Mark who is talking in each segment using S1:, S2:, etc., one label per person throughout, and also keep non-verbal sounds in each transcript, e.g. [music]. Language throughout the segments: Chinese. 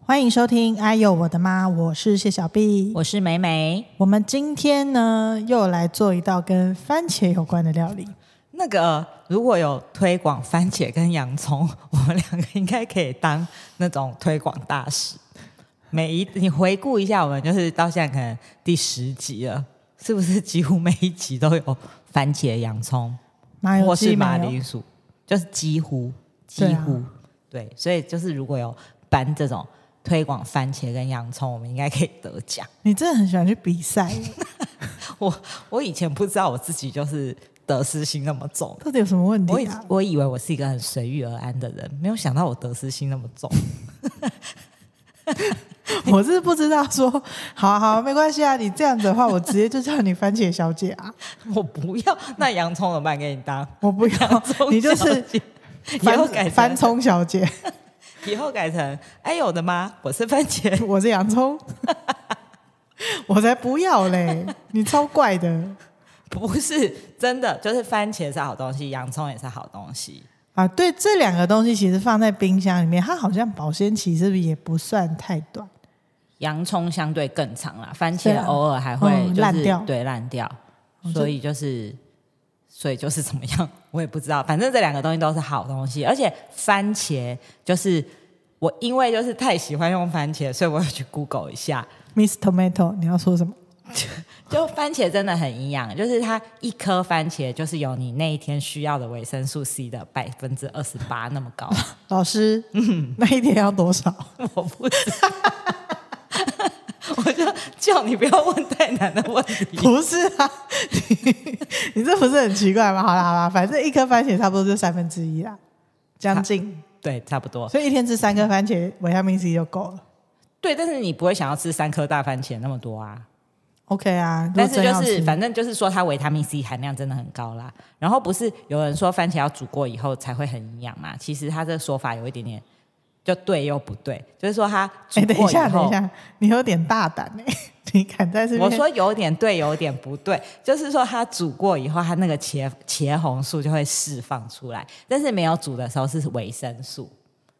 S1: 欢迎收听《哎呦我的妈》，我是谢小 B。
S2: 我是美美。
S1: 我们今天呢，又来做一道跟番茄有关的料理。
S2: 那个呃如果有推广番茄跟洋葱， [laughs] 我们两个应该可以当那种推广大使。每一你回顾一下，我们就是到现在可能第十集了，是不是几乎每一集都有番茄、洋葱
S1: 麻油
S2: 或
S1: 鸡
S2: 是马
S1: 没有？
S2: 铃薯？就是几乎几
S1: 对啊
S2: 乎对，所以就是如果有颁这种推广番茄跟洋葱，我们应该可以得奖。
S1: 你真的很喜欢去比赛，
S2: 我以前不知道我自己就是得失心那么重，
S1: 到底有什么问
S2: 我
S1: 题
S2: 以
S1: 啊？
S2: 我以为我是一个很随遇而安的人，没有想到我得失心那么 [laughs] 重。
S1: 我是不知道说，好啊好啊没关系啊，你这样子的话，我直接就叫你番茄小姐啊，
S2: 我不要那洋葱怎么办？给你 [laughs] 当
S1: 我不要
S2: 洋葱，
S1: 你就
S2: 小
S1: 是
S2: 姐 [laughs] 以后改
S1: 番番，
S2: 成
S1: 葱小
S2: [laughs]
S1: 姐，
S2: 以后改成哎呦我的妈，我是番茄。 [laughs]
S1: 我是洋葱， [laughs] 我才不要嘞，你超怪的
S2: 不是真的，就是番茄是好东西，洋葱也是好东西。
S1: 啊！对，这两个东西其实放在冰箱里面，它好像保鲜期是不是也不算太短？
S2: 洋葱相对更长啦，番
S1: 对
S2: 茄
S1: 啊
S2: 偶尔还会、
S1: 嗯
S2: 就是
S1: 烂掉
S2: 对烂掉
S1: 哦，
S2: 所以就是所以就是怎么样， [laughs] 我也不知道。反正这两个东西都是好东西，而且番茄就是我因为就是太喜欢用番茄，所以我有去 Google 一下，
S1: Miss Tomato，你要说什么？
S2: 就番茄真的很营养，就是它一颗番茄就是有你那一天需要的维生素 C 的百分之二十八那么高， [laughs]
S1: 老师， [laughs] 那一天要多少？
S2: 我不知道。 [laughs] 我就叫你不要问太难的问题。
S1: 不是啊， [laughs] 你你这不是很奇怪吗？好啦好啦，反正一颗番茄差不多就三分之一啦，将近，
S2: 对，差不多。
S1: 所以一天吃三颗番茄，维他命 C 就够了。
S2: 对，但是你不会想要吃三颗大番茄那么多啊。
S1: OK 啊，
S2: 但是
S1: 如果真
S2: 就
S1: 要
S2: 是
S1: 吃
S2: 反正就是说它维他命 C 含量真的很高啦。然后不是有人说番茄要煮过以后才会很营养嘛？其实他这个说法有一点点就对又不对，就是说它煮
S1: 哎、等一
S2: 过以
S1: 下，等
S2: 后
S1: 一，下，你有点大胆哎、 [laughs] 你敢在这边？
S2: 我说有点对，有点不对，就是说它煮过以后，它那个茄茄红素就会释放出来，但是没有煮的时候是维生素，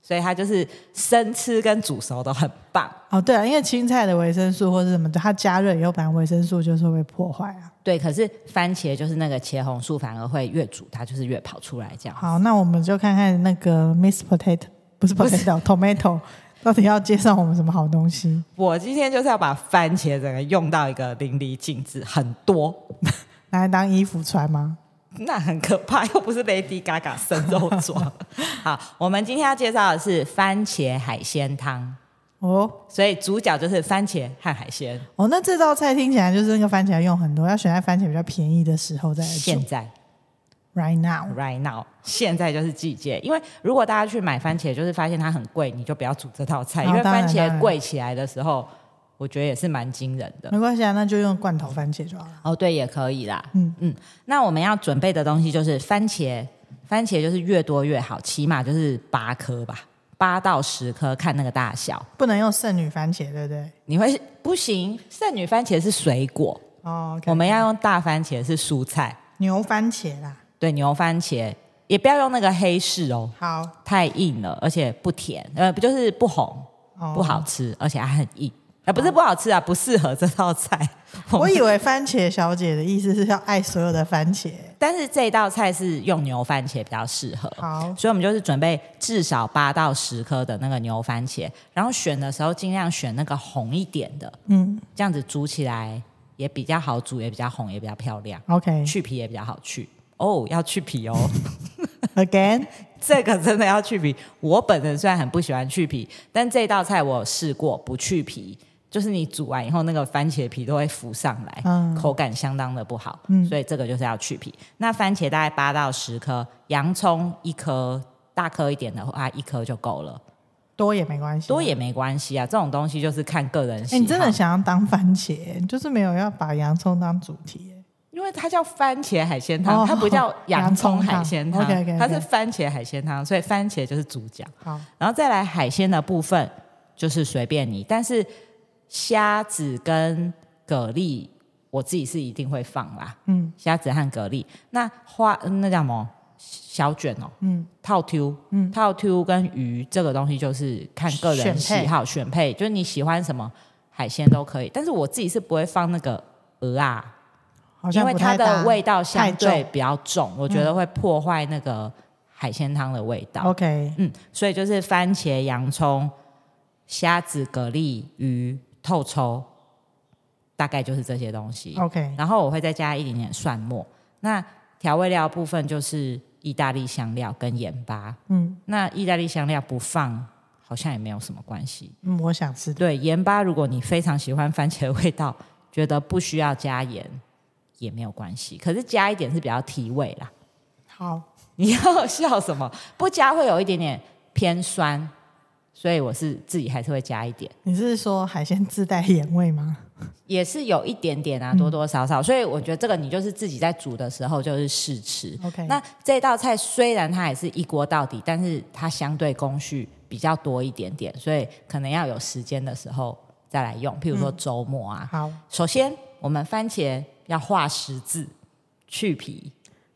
S2: 所以它就是生吃跟煮熟都很棒。
S1: 哦，对啊，因为青菜的维生素或者什么的，它加热以后，反正维生素就是会破坏啊。
S2: 对，可是番茄就是那个茄红素，反而会越煮它就是越跑出来这样。
S1: 好，那我们就看看那个 Miss Potato 不是
S2: [laughs]
S1: Potato，Tomato 到底要介绍我们什么好东西？
S2: 我今天就是要把番茄整个用到一个淋漓尽致，很多，
S1: 拿来当衣服穿吗？
S2: 那很可怕，又不是 Lady Gaga 生肉 [laughs] 装。好，我们今天要介绍的是番茄海鲜汤，
S1: 哦
S2: 所以主角就是番茄和海鲜。
S1: 哦，那这道菜听起来就是那个番茄用很多，要选在番茄比较便宜的时候再来
S2: 现
S1: 做。
S2: 在
S1: Right now，
S2: right now，现在就是季节，因为如果大家去买番茄，就是发现它很贵，你就不要煮这道菜，
S1: 哦
S2: 因为
S1: 当然
S2: 番
S1: 当然
S2: 茄贵起来的时候，我觉得也是蛮惊人的。
S1: 没关系啊，那就用罐头番茄就好了。
S2: 哦，对，也可以啦。
S1: 嗯
S2: 嗯嗯，那我们要准备的东西就是番茄，番茄就是越多越好，起码就是八颗吧，八到十颗，看那个大小。
S1: 不能用剩女番茄，对不对？
S2: 你会不行，剩女番茄是水果，
S1: 哦，OK，
S2: 我们要用大番茄是蔬菜，
S1: 牛番茄啦。
S2: 对，牛番茄也不要用那个黑柿哦，
S1: 好，
S2: 太硬了，而且不甜，呃，不就是不红，
S1: 哦
S2: 不好吃，而且还很硬。啊，不是不好吃啊，不适合这道菜。我
S1: 我
S2: 们
S1: 以为番茄小姐的意思是要爱所有的番茄。
S2: [laughs] 但是这道菜是用牛番茄比较适合。
S1: 好，
S2: 所以我们就是准备至少八到十颗的那个牛番茄，然后选的时候尽量选那个红一点的，
S1: 嗯
S2: 这样子煮起来也比较好煮，也比较红，也比较漂亮， [laughs]
S1: ，OK，again，、
S2: 去皮也比较好去。哦，要去皮哦，
S1: Again？
S2: [laughs] 这个真的要去皮。我本人虽然很不喜欢去皮，但这道菜我有试过不去皮，就是你煮完以后那个番茄皮都会浮上来，
S1: 嗯
S2: 口感相当的不好，
S1: 嗯
S2: 所以这个就是要去皮。那番茄大概八到十颗，洋葱一颗，大颗一点的话一颗就够了，
S1: 多也没关系，
S2: 多也没关系啊。这种东西就是看个人喜
S1: 哎、
S2: 好。
S1: 你真的想要当番茄，你就是没有要把洋葱当主题。
S2: 因为它叫番茄海鲜汤，
S1: 哦
S2: 它
S1: [laughs]
S2: 不叫洋葱海鲜汤，
S1: 洋葱汤 OK，OK，OK
S2: 它是番茄海鲜汤，所以番茄就是主角。
S1: 好，
S2: 然后再来海鲜的部分就是随便你，但是虾子跟蛤蜊我自己是一定会放啦，
S1: 嗯，
S2: 呃虾子和蛤蜊。那花那叫什么小卷哦，
S1: 嗯，
S2: 套 Q，
S1: 嗯
S2: 套 Q 跟鱼这个东西就是看个人
S1: 选配
S2: 喜好选配，就是你喜欢什么海鲜都可以，但是我自己是不会放那个鹅啊，
S1: 好
S2: 因
S1: 像
S2: 为
S1: 不
S2: 它
S1: 太
S2: 的
S1: 搭。
S2: 味道相
S1: 太嗯
S2: 对比较重，我觉得会破坏那个海鲜汤的味道。
S1: OK，
S2: 嗯，所以就是番茄、洋葱、虾子、蛤蜊、鱼、透抽，大概就是这些东西。
S1: OK，
S2: 然后我会再加一点点蒜末。那调味料部分就是意大利香料跟盐巴。
S1: 嗯
S2: 那意大利香料不放好像也没有什么关系。
S1: 嗯，我想吃。
S2: 对，盐巴如果你非常喜欢番茄的味道，觉得不需要加盐也没有关系。可是加一点是比较提味啦。
S1: 好，
S2: 你要 [laughs] 笑什么？不加会有一点点偏酸，所以我是自己还是会加一点，
S1: 你是说海鲜自带盐味吗？
S2: [laughs] 也是有一点点啊，多多少少。所以我觉得这个你就是自己在煮的时候就是试吃。
S1: OK
S2: 那这道菜虽然它也是一锅到底，但是它相对工序比较多一点点，所以可能要有时间的时候再来用，譬如说周末啊。
S1: 好，
S2: 首先，我们番茄要画十字，去皮，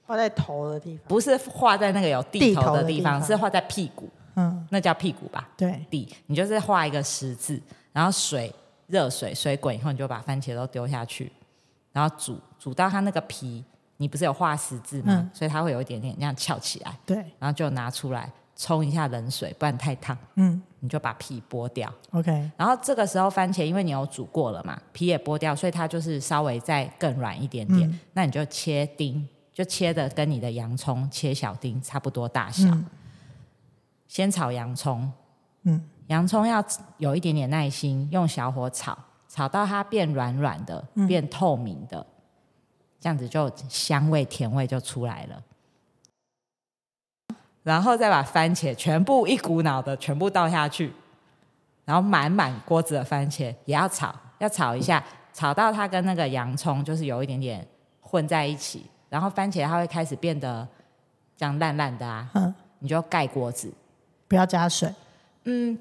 S1: 放在头的地方。
S2: 不是画在那个有地
S1: 地
S2: 头
S1: 头
S2: 的
S1: 的
S2: 地
S1: 地
S2: 方，
S1: 方
S2: 是画在屁股。
S1: 嗯，
S2: 那叫屁股吧，
S1: 对，
S2: 地，你就是画一个十字，然后水热水水滚以后，你就把番茄都丢下去，然后煮煮到它那个皮，你不是有画十字吗？
S1: 嗯
S2: 所以它会有一点点那样翘起来，
S1: 对，
S2: 然后就拿出来冲一下冷水，不然太烫，
S1: 嗯
S2: 你就把皮剥掉。
S1: ，OK，
S2: 然后这个时候番茄因为你有煮过了嘛，皮也剥掉，所以它就是稍微再更软一点点。
S1: 嗯
S2: 那你就切丁，就切的跟你的洋葱切小丁差不多大小。
S1: 嗯
S2: 先炒洋葱，
S1: 嗯，
S2: 洋葱要有一点点耐心，用小火炒，炒到它变软软的，变透明的，这样子就香味甜味就出来了。然后再把番茄全部一股脑的全部倒下去，然后满满锅子的番茄也要炒，要炒一下，炒到它跟那个洋葱就是有一点点混在一起，然后番茄它会开始变得这样烂烂的啊，
S1: 嗯，
S2: 你就盖锅子，
S1: 不要加水。
S2: 嗯，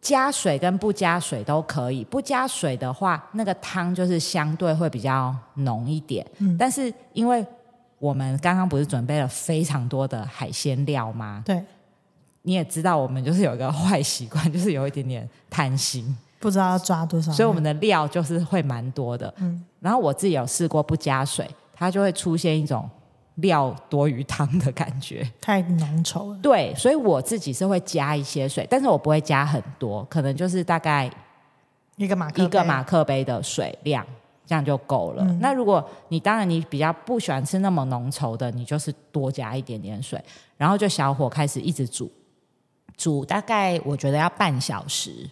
S2: 加水跟不加水都可以。不加水的话，那个汤就是相对会比较浓一点。
S1: 嗯
S2: 但是因为我们刚刚不是准备了非常多的海鲜料吗？
S1: 对，
S2: 你也知道，我们就是有一个坏习惯， [laughs] 就是有一点点贪心，
S1: 不知道要抓多少。
S2: 所以我们的料就是会蛮多的。
S1: 嗯
S2: 然后我自己有试过不加水，它就会出现一种料多于汤的感觉。
S1: 太浓稠了。
S2: 对，所以我自己是会加一些水，但是我不会加很多，可能就是大概
S1: 一个马克，
S2: 一个马，克杯的水量，这样就够了。
S1: 嗯
S2: 那如果你当然你比较不喜欢吃那么浓稠的，你就是多加一点点水，然后就小火开始一直煮，煮大概我觉得要半小时。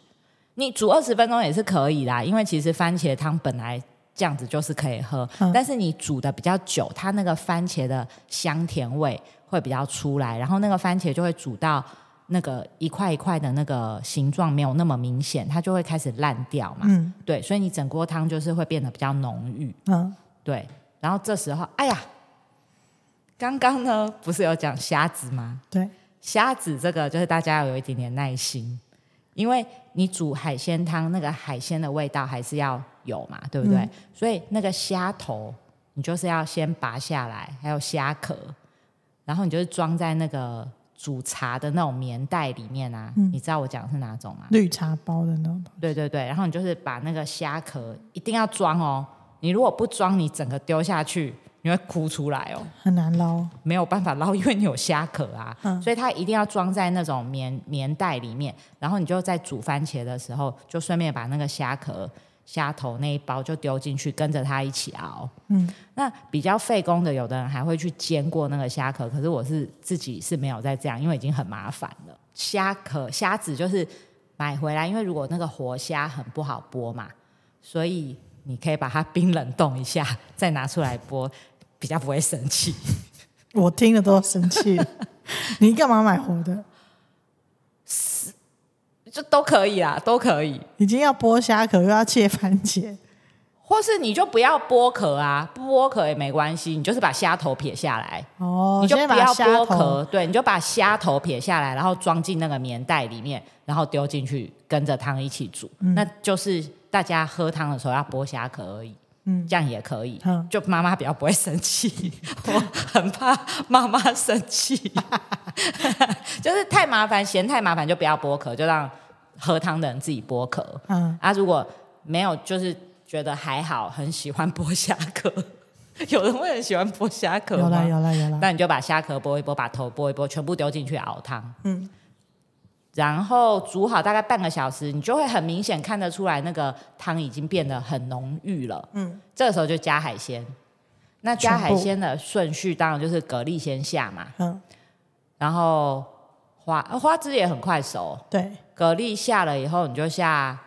S2: 你煮二十分钟也是可以啦，因为其实番茄汤本来这样子就是可以喝，
S1: 嗯
S2: 但是你煮的比较久，它那个番茄的香甜味会比较出来，然后那个番茄就会煮到那个一块一块的那个形状没有那么明显，它就会开始烂掉嘛。
S1: 嗯
S2: 对，所以你整锅汤就是会变得比较浓郁。
S1: 嗯，
S2: 对，然后这时候，哎呀，刚刚呢不是有讲虾子吗？
S1: 对，
S2: 虾子这个就是大家要有一点点耐心，因为你煮海鲜汤，那个海鲜的味道还是要有嘛，对不对？
S1: 嗯
S2: 所以那个虾头你就是要先拔下来，还有虾壳，然后你就是装在那个煮茶的那种棉袋里面啊。
S1: 嗯
S2: 你知道我讲的是哪种吗？
S1: 绿茶包的那种。
S2: 对对对，然后你就是把那个虾壳一定要装哦，你如果不装，你整个丢下去，你会哭出来哦，
S1: 很难捞。
S2: 没有办法捞，因为你有虾壳啊，
S1: 嗯
S2: 所以它一定要装在那种棉棉袋里面，然后你就在煮番茄的时候，就顺便把那个虾壳、虾头那一包就丢进去，跟着它一起熬。
S1: 嗯，
S2: 那比较费工的，有的人还会去煎过那个虾壳，可是我是自己是没有在这样，因为已经很麻烦了。虾壳虾子就是买回来，因为如果那个活虾很不好剥嘛，所以你可以把它冰冷冻一下，再拿出来剥，比较不会生气。
S1: 我听了都生气。
S2: [laughs]
S1: 你干嘛买活的？
S2: 就都可以啦，都可以。
S1: 已经要剥虾壳，又要切番茄，
S2: 或是你就不要剥壳啊，不剥壳也没关系，你就是把虾头撇下来，
S1: 哦，
S2: 你就
S1: 先
S2: 不
S1: 把
S2: 要
S1: 虾
S2: 剥
S1: 头，
S2: 壳，对，你就把虾头撇下来，然后装进那个棉袋里面，然后丢
S1: 嗯
S2: 进去跟着汤一起煮，那就是大家喝汤的时候要剥虾壳而已。
S1: 嗯
S2: 这样也可以。
S1: 嗯
S2: 就妈妈比较不会生气， [laughs] 我很怕妈妈生气， [laughs] 就是太麻烦，嫌太麻烦就不要剥壳，就让喝汤的人自己剥壳。
S1: 嗯，
S2: 啊，如果没有，就是觉得还好，很喜欢剥虾壳，有人会很喜欢剥虾壳
S1: 有
S2: 吗
S1: 啦？有啦有啦，
S2: 那你就把虾壳剥一剥，把头剥一剥，全部丢进去熬汤。
S1: 嗯，
S2: 然后煮好大概半个小时，你就会很明显看得出来那个汤已经变得很浓郁了。
S1: 嗯，
S2: 这个时候就加海鲜。那加
S1: 全
S2: 海
S1: 部
S2: 鲜的顺序当然就是蛤蜊先下嘛，
S1: 嗯，
S2: 然后花呃花枝也很快熟，
S1: 对，
S2: 蛤蜊下了以后，你就下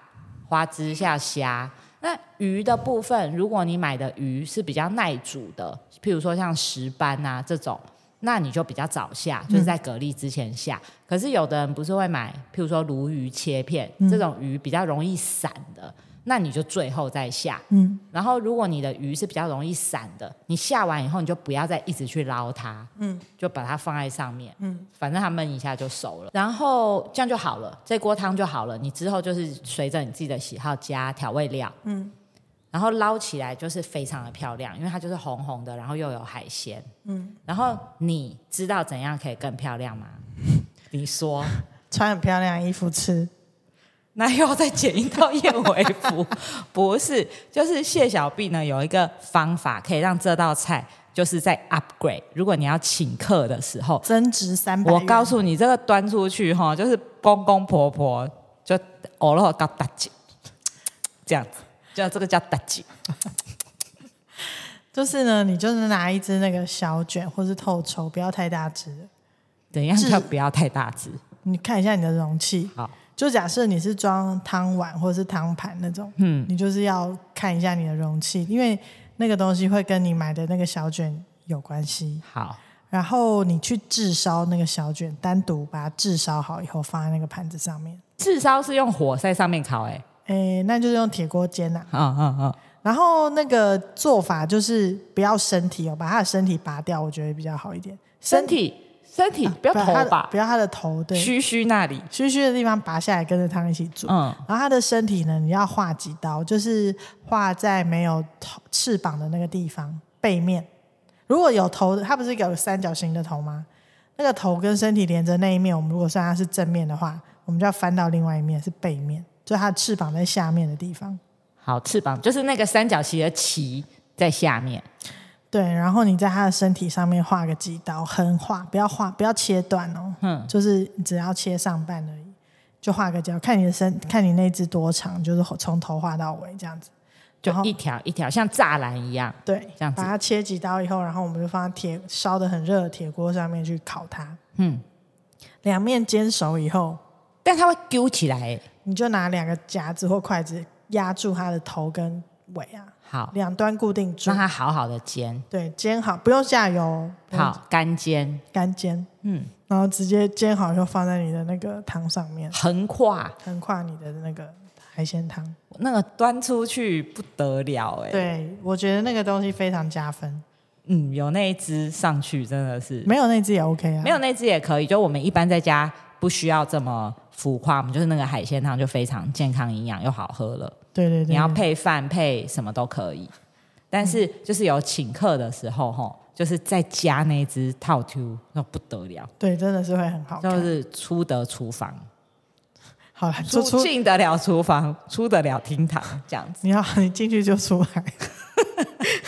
S2: 花枝、下虾。那鱼的部分，如果你买的鱼是比较耐煮的，譬如说像石斑啊这种，那你就比较早下，就是在蛤蜊之前下。可是有的人不是会买，譬如说鲈鱼切片
S1: 嗯
S2: 这种鱼比较容易散的，那你就最后再下。
S1: 嗯
S2: 然后，如果你的鱼是比较容易散的，你下完以后你就不要再一直去捞它，
S1: 嗯
S2: 就把它放在上面。
S1: 嗯，
S2: 反正它焖一下就熟了，然后这样就好了，这锅汤就好了。你之后就是随着你自己的喜好加调味料，
S1: 嗯
S2: 然后捞起来就是非常的漂亮，因为它就是红红的，然后又有海鲜。
S1: 嗯，
S2: 然后你知道怎样可以更漂亮吗？你说，
S1: 穿很漂亮的衣服吃，
S2: 那又要再剪一套燕尾服？ [laughs] 不是，就是谢小碧呢有一个方法可以让这道菜就是在 upgrade。如果你要请客的时候，
S1: 增值三百。
S2: 我告，诉你，这个端出去哈，就是公公婆婆就偶尔搞打击，这样子，就这个叫打击。
S1: 就是呢，你就是拿一只那个小卷或是透抽，不要太大只的。
S2: 怎样
S1: 是
S2: 叫不要太大只？
S1: 你看一下你的容器，
S2: 好，
S1: 就假设你是装汤碗或者是汤盘那种，
S2: 嗯，
S1: 你就是要看一下你的容器，因为那个东西会跟你买的那个小卷有关系。
S2: 好，
S1: 然后你去炙烧那个小卷，单独把它炙烧好以后放在那个盘子上面。
S2: 炙烧是用火在上面烤、欸，
S1: 诶，那就是用铁锅煎呐、啊
S2: 哎，嗯嗯嗯，
S1: 然后那个做法就是不要身体哦，把它的身体拔掉，我觉得比较好一点。
S2: 身体身体不要头
S1: 它的
S2: 吧，
S1: 啊不要它的头，对，
S2: 须须那里，
S1: 虚虚的地方拔下来跟着汤一起煮。
S2: 嗯，
S1: 然后它的身体呢，你要划几刀，就是划在没有头翅膀的那个地方背面。如果有头的，它不是有三角形的头吗？那个头跟身体连着那一面，我们如果算它是正面的话，我们就要翻到另外一面是背面，就它的翅膀在下面的地方。
S2: 好，翅膀就是那个三角形的鳍在下面，
S1: 对，然后你在它的身体上面画个几刀，横画，不要画，不要切断哦，
S2: 嗯，
S1: 就是只要切上半而已，就画个角，看你的身，看你那只多长，就是从头画到尾这样子。
S2: 就
S1: 然后
S2: 一条一条像栅栏一样，
S1: 对，
S2: 这样子
S1: 把它切几刀以后，然后我们就放在铁烧的很热的铁锅上面去烤它，
S2: 嗯，
S1: 两面煎熟以后，
S2: 但它会揪起来、欸，
S1: 你就拿两个夹子或筷子压住它的头跟尾啊，
S2: 好，
S1: 两端固定住
S2: 让，它好好的煎，
S1: 对，煎好，不用下油哦，不用
S2: 好干煎，
S1: 干煎，
S2: 嗯。
S1: 然后直接煎好以后放在你的那个汤上面，
S2: 横跨
S1: 横跨你的那个海鲜汤。
S2: 那个端出去不得了哎、，
S1: 对，我觉得那个东西非常加分，
S2: 嗯，有那一只上去真的是，
S1: 没有那只也 OK 啊，
S2: 没有那只也可以。就我们一般在家不需要这么浮夸，我们就是那个海鲜汤就非常健康、营养又好喝了。
S1: 对，对对对，啊嗯
S2: 你要配饭配什么都可以，但是就是有请客的时候吼，就是再加那一只套 Q，那不得了，
S1: 对，真的是会很好看。
S2: 就是出得厨房，
S1: 好了，就
S2: 出
S1: 出
S2: 进得了厨房，出得了厅堂，这样子
S1: 你要 [laughs] 你进去就出来，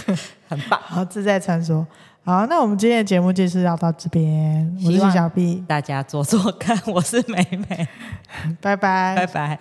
S1: [laughs]
S2: 很棒。
S1: 好自在穿梭。好，那我们今天的节目就是要到这边，我
S2: 希
S1: 是
S2: 望
S1: 小 B， [laughs] 哎
S2: 大家做做看，我是美美，
S1: 拜拜
S2: 拜拜。